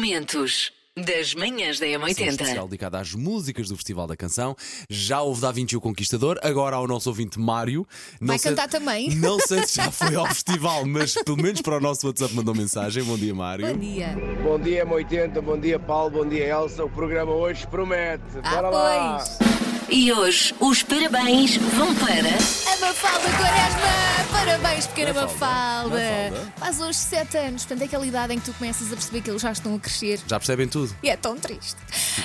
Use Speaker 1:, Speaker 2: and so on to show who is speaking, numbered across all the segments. Speaker 1: Momentos das manhãs da
Speaker 2: Sessão especial
Speaker 1: M80.
Speaker 2: dedicada às músicas do Festival da Canção. Já houve Da Vinci o Conquistador, agora ao nosso ouvinte Mário. Não
Speaker 3: Vai cantar também.
Speaker 2: Não sei se já foi ao festival, mas pelo menos para o nosso WhatsApp mandou mensagem. Bom dia, Mário.
Speaker 3: Bom dia.
Speaker 4: Bom dia M80, bom dia Paulo, bom dia Elsa. O programa hoje promete.
Speaker 3: Ah,
Speaker 4: Bora lá!
Speaker 3: pois.
Speaker 1: E hoje os parabéns vão para.
Speaker 3: A Mafalda Quaresma! Parabéns, pequena
Speaker 2: Mafalda.
Speaker 3: Mafalda.
Speaker 2: Mafalda.
Speaker 3: Faz hoje 7 anos, portanto é aquela idade em que tu começas a perceber que eles já estão a crescer.
Speaker 2: Já percebem tudo?
Speaker 3: E é tão triste.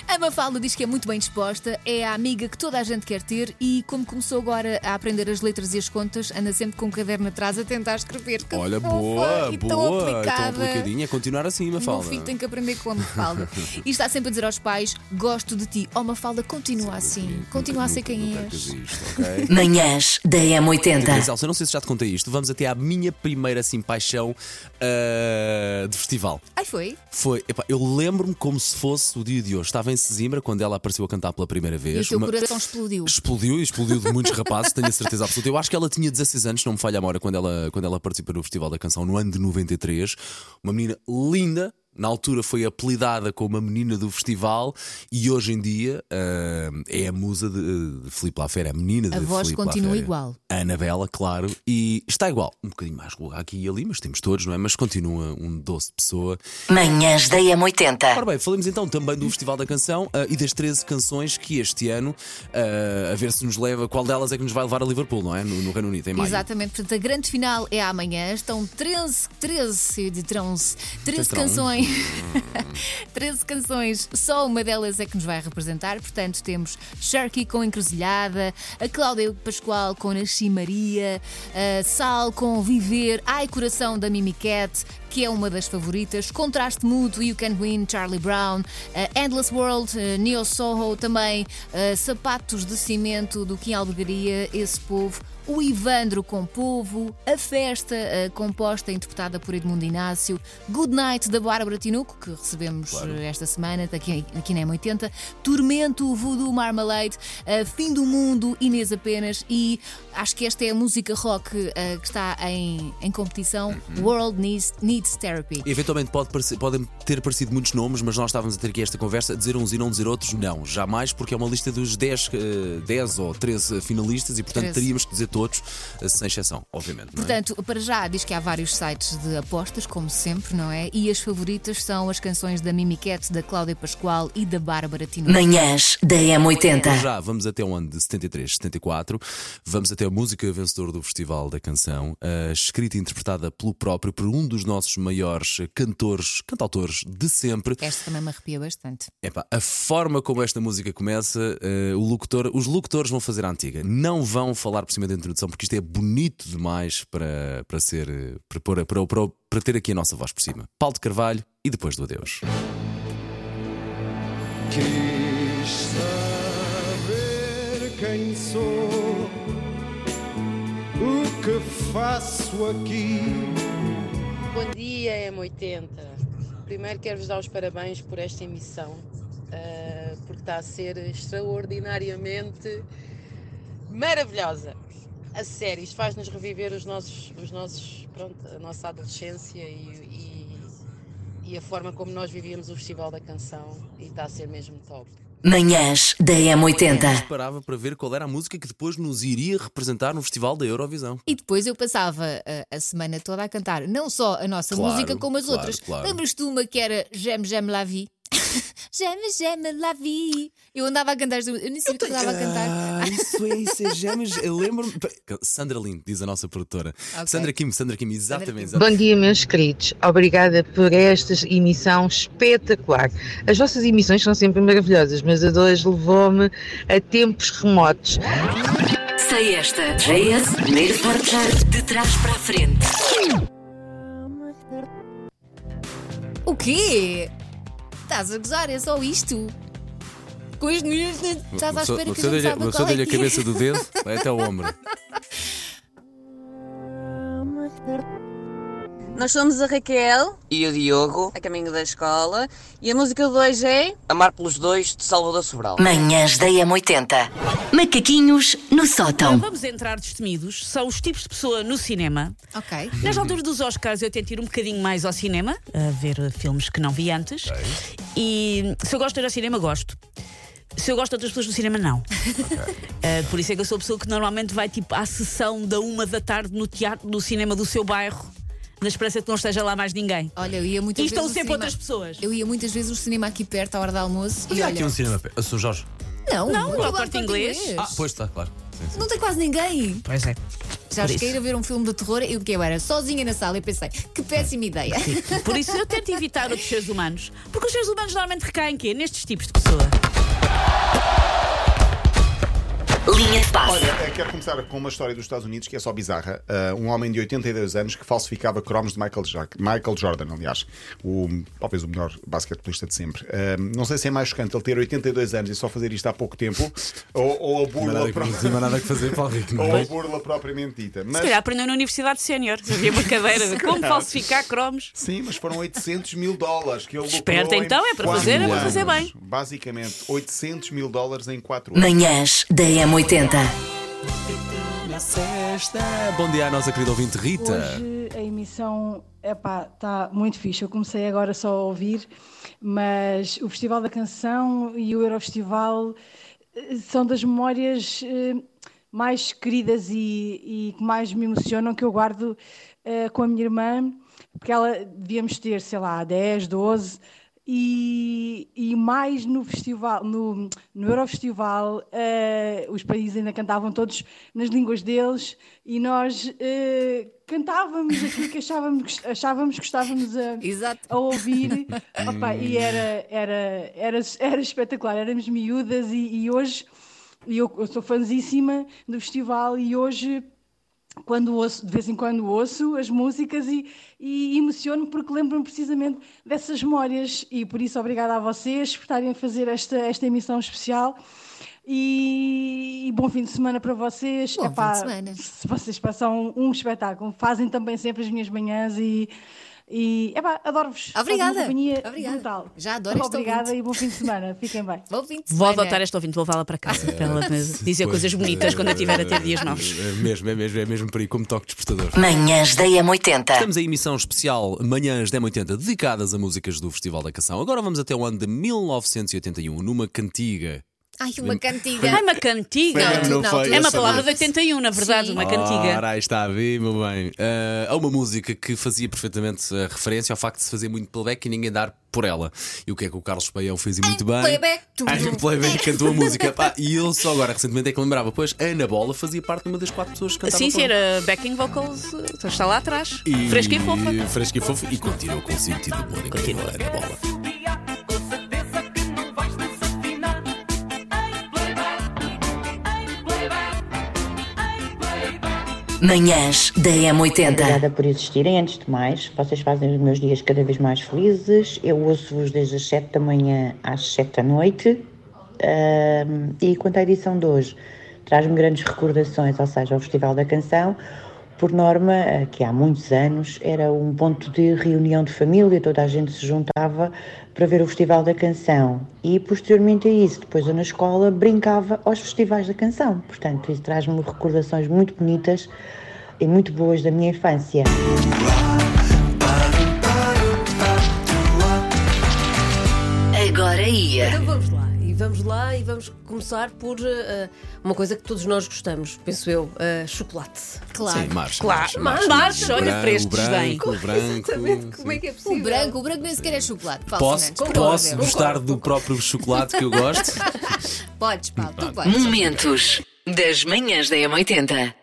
Speaker 3: A Mafalda diz que é muito bem disposta, é a amiga que toda a gente quer ter e, como começou agora a aprender as letras e as contas, anda sempre com o caderno atrás a tentar escrever. Que
Speaker 2: Olha,
Speaker 3: fofa
Speaker 2: boa,
Speaker 3: e Tão
Speaker 2: boa. Então
Speaker 3: aplicada.
Speaker 2: aplicadinha. Continuar assim,
Speaker 3: O meu
Speaker 2: Mafalda.
Speaker 3: filho tem que aprender com a Mafalda. e está sempre a dizer aos pais: Gosto de ti. Oh, Mafalda, continua assim. Continua a ser quem
Speaker 2: Nunca
Speaker 3: és.
Speaker 2: fiz isto, ok?
Speaker 1: Manhãs da
Speaker 2: Mas,
Speaker 1: M80.
Speaker 2: Elsa, eu não sei se já te contei isto. Vamos até à minha primeira assim, paixão ah, de festival.
Speaker 3: Ai, foi?
Speaker 2: Foi, epá, eu lembro-me como se fosse o dia de hoje. Estava em Sesimbra quando ela apareceu a cantar pela primeira
Speaker 3: E o
Speaker 2: vez.
Speaker 3: teu
Speaker 2: Uma-
Speaker 3: coração explodiu.
Speaker 2: Explodiu e explodiu de muitos rapazes, tenho a certeza absoluta. Eu acho que ela tinha 16 anos, não me falha a memória, quando ela, quando ela participa no Festival da Canção no ano de 93. Uma menina linda, na altura foi apelidada como a menina do festival e hoje em dia ah, é a musa de, de Filipe Lafer, é a menina de
Speaker 3: A voz
Speaker 2: Filipe
Speaker 3: continua
Speaker 2: Lafere.
Speaker 3: igual.
Speaker 2: A Anabela, claro, e está igual. Um bocadinho mais ruga aqui e ali, mas temos todos, não é? Mas continua um doce de pessoa.
Speaker 1: Manhãs da M80.
Speaker 2: Ora bem, falemos então também do Festival da Canção ah, e das 13 canções que este ano, ah, a ver se nos leva, qual delas é que nos vai levar a Liverpool, não é? No, no Reino Unido, em maio.
Speaker 3: Exatamente, portanto, a grande final é amanhã. Estão 13, 13, eu de 13, 13
Speaker 2: Tetrão.
Speaker 3: canções. 13 canções, só uma delas é que nos vai representar. Portanto, temos Sharky com Encruzilhada, a Cláudia Pascoal com Nasci Maria, a Sal com Viver, Ai Coração da Mimi Cat, que é uma das favoritas, Contraste Mudo, You Can Win, Charlie Brown, a Endless World, a Neo Soho também, a Sapatos de Cimento do Kim Albergaria, esse povo. O Ivandro com Povo, A Festa, eh, composta e interpretada por Edmundo Inácio, Good Night da Bárbara Tinuco, que recebemos eh, esta semana, aqui, aqui na M80, Tormento, Voodoo Marmalade, eh, Fim do Mundo, Inês Apenas e acho que esta é a música rock eh, que está em, em competição, World Needs, Needs Therapy.
Speaker 2: Eventualmente pode parecer- podem ter parecido muitos nomes, mas nós estávamos a ter aqui esta conversa, dizer uns e não dizer outros, não, jamais, porque é uma lista dos 10, eh, 10 ou 13 finalistas e, portanto,
Speaker 3: 13.
Speaker 2: teríamos que dizer todos, eh, sem exceção, obviamente. não é?
Speaker 3: Portanto, para já diz que há vários sites de apostas, como sempre, não é? E as favoritas são as canções da Mimi Cat, da Cláudia Pascoal e da Bárbara Tinuco.
Speaker 1: Manhãs da M80.
Speaker 2: Já vamos até o ano de 73, 74. Vamos até a música vencedora do Festival da Canção, eh, escrita e interpretada pelo próprio, por um dos nossos maiores cantores, cantautores de sempre.
Speaker 3: Esta também me arrepia bastante.
Speaker 2: Epá, a forma como esta música começa, eh, o locutor, os locutores vão fazer a antiga. Não vão falar por cima da introdução, porque isto é bonito demais para, para ser eh, para, pôr- para, para, para ter aqui a nossa voz por cima. Paulo de Carvalho e depois do Adeus.
Speaker 4: Quis saber quem sou, o que faço aqui.
Speaker 5: Bom dia, M80. Primeiro quero-vos dar os parabéns por esta emissão, ah, porque está a ser extraordinariamente maravilhosa. A sério, isto faz-nos reviver os nossos, os nossos, pronto, a nossa adolescência e, e- e a forma como nós vivíamos o Festival da Canção e está a ser mesmo top.
Speaker 1: Manhãs da M80.
Speaker 2: Parava para ver qual era a música que depois nos iria representar no Festival da Eurovisão.
Speaker 3: E depois eu passava uh, a, semana toda a cantar não só a nossa
Speaker 2: Claro,
Speaker 3: música como as
Speaker 2: claro,
Speaker 3: outras.
Speaker 2: claro.
Speaker 3: Lembras-te de uma que era J'aime, j'aime la vie? j'aime, j'aime la vie. Eu andava a cantar, esta música, eu nem sabia que andava a cantar.
Speaker 2: Ah, isso é, isso é gemas. Eu lembro-me. Sandra Lindo, diz a nossa produtora.
Speaker 3: Ok.
Speaker 2: Sandra Kim, Sandra Kim, exatamente.
Speaker 6: Bom dia, meus queridos. Obrigada por esta emissão espetacular. As vossas emissões são sempre maravilhosas, mas a de hoje levou-me a tempos remotos.
Speaker 1: Sei esta. JS, primeiro portar de trás para a frente.
Speaker 3: O quê? Estás a gozar, é só isto? Com as mulheres, estás à espera que a gente saiba qual é que é.
Speaker 2: do dedo, vai até o ombro.
Speaker 7: Nós somos a Raquel,
Speaker 8: E o Diogo,
Speaker 7: a caminho da escola, e a música de hoje é.
Speaker 8: Amar pelos Dois, de Salvador Sobral.
Speaker 1: Manhãs da M80. Macaquinhos no sótão.
Speaker 9: Vamos entrar destemidos, são os tipos de pessoa no cinema.
Speaker 3: Ok.
Speaker 9: Nas alturas dos Oscars eu tento ir um bocadinho mais ao cinema, a ver uh, filmes que não vi antes. E se eu gosto de ir ao cinema, gosto. Se eu gosto de outras pessoas no cinema, não. Uh, por isso é que eu sou a pessoa que normalmente vai tipo à sessão da uma da tarde no teatro, no cinema do seu bairro, na esperança de que não esteja lá mais ninguém.
Speaker 3: Olha, eu ia muitas
Speaker 9: E
Speaker 3: vezes.
Speaker 9: estão
Speaker 3: ao
Speaker 9: sempre
Speaker 3: cinema.
Speaker 9: outras pessoas.
Speaker 3: Eu ia muitas vezes no cinema aqui perto, à hora do almoço.
Speaker 10: Mas
Speaker 3: e
Speaker 10: há
Speaker 3: olha,
Speaker 10: aqui um cinema. pe- Eu sou Jorge.
Speaker 2: um-
Speaker 3: Não,
Speaker 9: Não,
Speaker 3: eu
Speaker 9: ao
Speaker 3: adoro
Speaker 9: Corte Inglês.
Speaker 10: Ah, pois está, claro. Sim, sim.
Speaker 3: Não tem quase ninguém.
Speaker 9: Pois é.
Speaker 3: Já
Speaker 9: Por
Speaker 3: cheguei
Speaker 9: isso.
Speaker 3: a ver um filme de terror e o que eu era sozinha na sala e pensei, que péssima ideia.
Speaker 9: Por isso eu tento evitar outros seres humanos. Porque os seres humanos normalmente recaem quê? Nestes tipos de pessoa.
Speaker 1: Linha de passe.
Speaker 11: Olha, eh, quero começar com uma história dos Estados Unidos que é só bizarra. Ah, um homem de 82 anos que falsificava cromos de Michael, Jack- Michael Jordan, aliás, o, talvez o melhor basquetebolista de sempre. Ah, não sei se é mais chocante ele ter 82 anos e só fazer isto há pouco tempo ou, ou a
Speaker 2: Não
Speaker 11: burla.
Speaker 2: há nada,
Speaker 11: pro-
Speaker 2: não tinha mais nada que fazer, Paulo Rico. não é?
Speaker 11: Ou a burla propriamente dita. Mas,
Speaker 9: Se calhar aprendeu na Universidade Sénior. Havia uma cadeira de como falsificar cromos.
Speaker 11: Sim, mas foram 800 mil dólares que ele lucrou
Speaker 9: Esperta,
Speaker 11: em
Speaker 9: então, é para fazer, é para
Speaker 11: quatro
Speaker 9: fazer
Speaker 11: anos.
Speaker 9: bem.
Speaker 11: Basicamente, 800 mil dólares em 4 anos.
Speaker 1: Manhãs da M80.
Speaker 2: Bom dia à nossa querida ouvinte Rita.
Speaker 7: Hoje a emissão está muito fixe. Eu comecei agora só a ouvir, mas o Festival da Canção e o Eurofestival eh, são das memórias eh, mais queridas e, e que mais me emocionam, que eu guardo eh, com a minha irmã, porque ela devíamos ter, sei lá, 10, 12. E, e mais no festival, no, no Eurofestival, eh, os países ainda cantavam todos nas línguas deles e nós eh, cantávamos aquilo que achávamos, achávamos que estávamos a,
Speaker 3: Exato.
Speaker 7: a ouvir. Opa, e era, era, era, era espetacular, éramos miúdas e, e hoje e eu, eu sou fãzíssima do festival e hoje quando ouço, de vez em quando ouço as músicas e, e emociono porque lembro-me precisamente dessas memórias e por isso obrigada a vocês por estarem a fazer esta, esta emissão especial e, e bom fim de semana para vocês.
Speaker 3: Bom fim de semana.
Speaker 7: Se vocês passam um, espetáculo, fazem também sempre as minhas manhãs e, e epá, adoro-vos. Fazem uma
Speaker 3: Obrigada.
Speaker 7: companhia
Speaker 3: Obrigada.
Speaker 7: brutal.
Speaker 3: Já adoro este
Speaker 7: Obrigada
Speaker 3: ouvinte.
Speaker 7: e bom fim de semana. Fiquem bem.
Speaker 3: Vou fim de
Speaker 9: Vou
Speaker 3: semana.
Speaker 9: adotar esta ouvinte, vou levá-la para casa para ela dizer coisas bonitas quando eu tiver a ter dias novos.
Speaker 2: É mesmo, é mesmo, é mesmo por aí, como toque despertador.
Speaker 1: Manhãs da M80.
Speaker 2: Temos a emissão especial Manhãs da M80 dedicadas a músicas do Festival da Canção. Agora vamos até o ano de 1981, numa cantiga.
Speaker 3: Ai, uma cantiga.
Speaker 9: É uma cantiga.
Speaker 2: Não, não foi
Speaker 9: é uma
Speaker 2: essa, não.
Speaker 9: palavra de 81, na verdade,
Speaker 3: Sim.
Speaker 9: uma cantiga.
Speaker 2: Ora, Ah, aí está a ver, meu bem. Ah, Há uma música que fazia perfeitamente a referência ao facto de se fazer muito playback e ninguém dar por ela. E o que é que o Carlos Paião fez e muito bem?
Speaker 3: playback, tudo.
Speaker 2: Em playback cantou a música. Pá, e ele só agora, recentemente, é que lembrava. Pois, a Ana Bola fazia parte de uma das quatro pessoas que cantavam.
Speaker 9: Sim,
Speaker 2: com
Speaker 9: sim,
Speaker 2: ele.
Speaker 9: era backing vocals, eh, está lá atrás. Fresca e fofa.
Speaker 2: Fresca e fofa. E continua com o sentido de humor. Continua, Ana Bola.
Speaker 1: Manhãs da M80.
Speaker 8: Obrigada por existirem, antes de mais. Vocês fazem os meus dias cada vez mais felizes. Eu ouço-vos desde as 7 da manhã às 7 da noite. Ahm, e quanto à edição de hoje, traz-me grandes recordações, ou seja, ao Festival da Canção. Por norma, eh, que há muitos anos era um ponto de reunião de família, toda a gente se juntava para ver o Festival da Canção. E posteriormente a isso, depois eu na escola brincava aos festivais da canção. Portanto, isso traz-me recordações muito bonitas e muito boas da minha infância.
Speaker 1: Agora ia.
Speaker 5: Então vamos lá, e vamos lá e vamos começar por eh, uma coisa que todos nós gostamos, penso eu, eh, chocolate.
Speaker 3: Claro.
Speaker 2: Sim, marcha.
Speaker 9: Claro,
Speaker 2: marcha.
Speaker 9: marcha,
Speaker 2: O
Speaker 9: olha
Speaker 2: branco,
Speaker 9: para estes
Speaker 2: o branco,
Speaker 9: bem.
Speaker 2: o branco.
Speaker 5: Exatamente, como é que é possível? né?
Speaker 3: O branco, o branco nem sequer é chocolate. Paulo
Speaker 2: Posso,
Speaker 3: Fernandes, por
Speaker 2: posso
Speaker 3: amor de Deus.
Speaker 2: gostar do próprio chocolate que eu gosto?
Speaker 3: Podes, Paulo, tu podes.
Speaker 1: Momentos das manhãs da M80.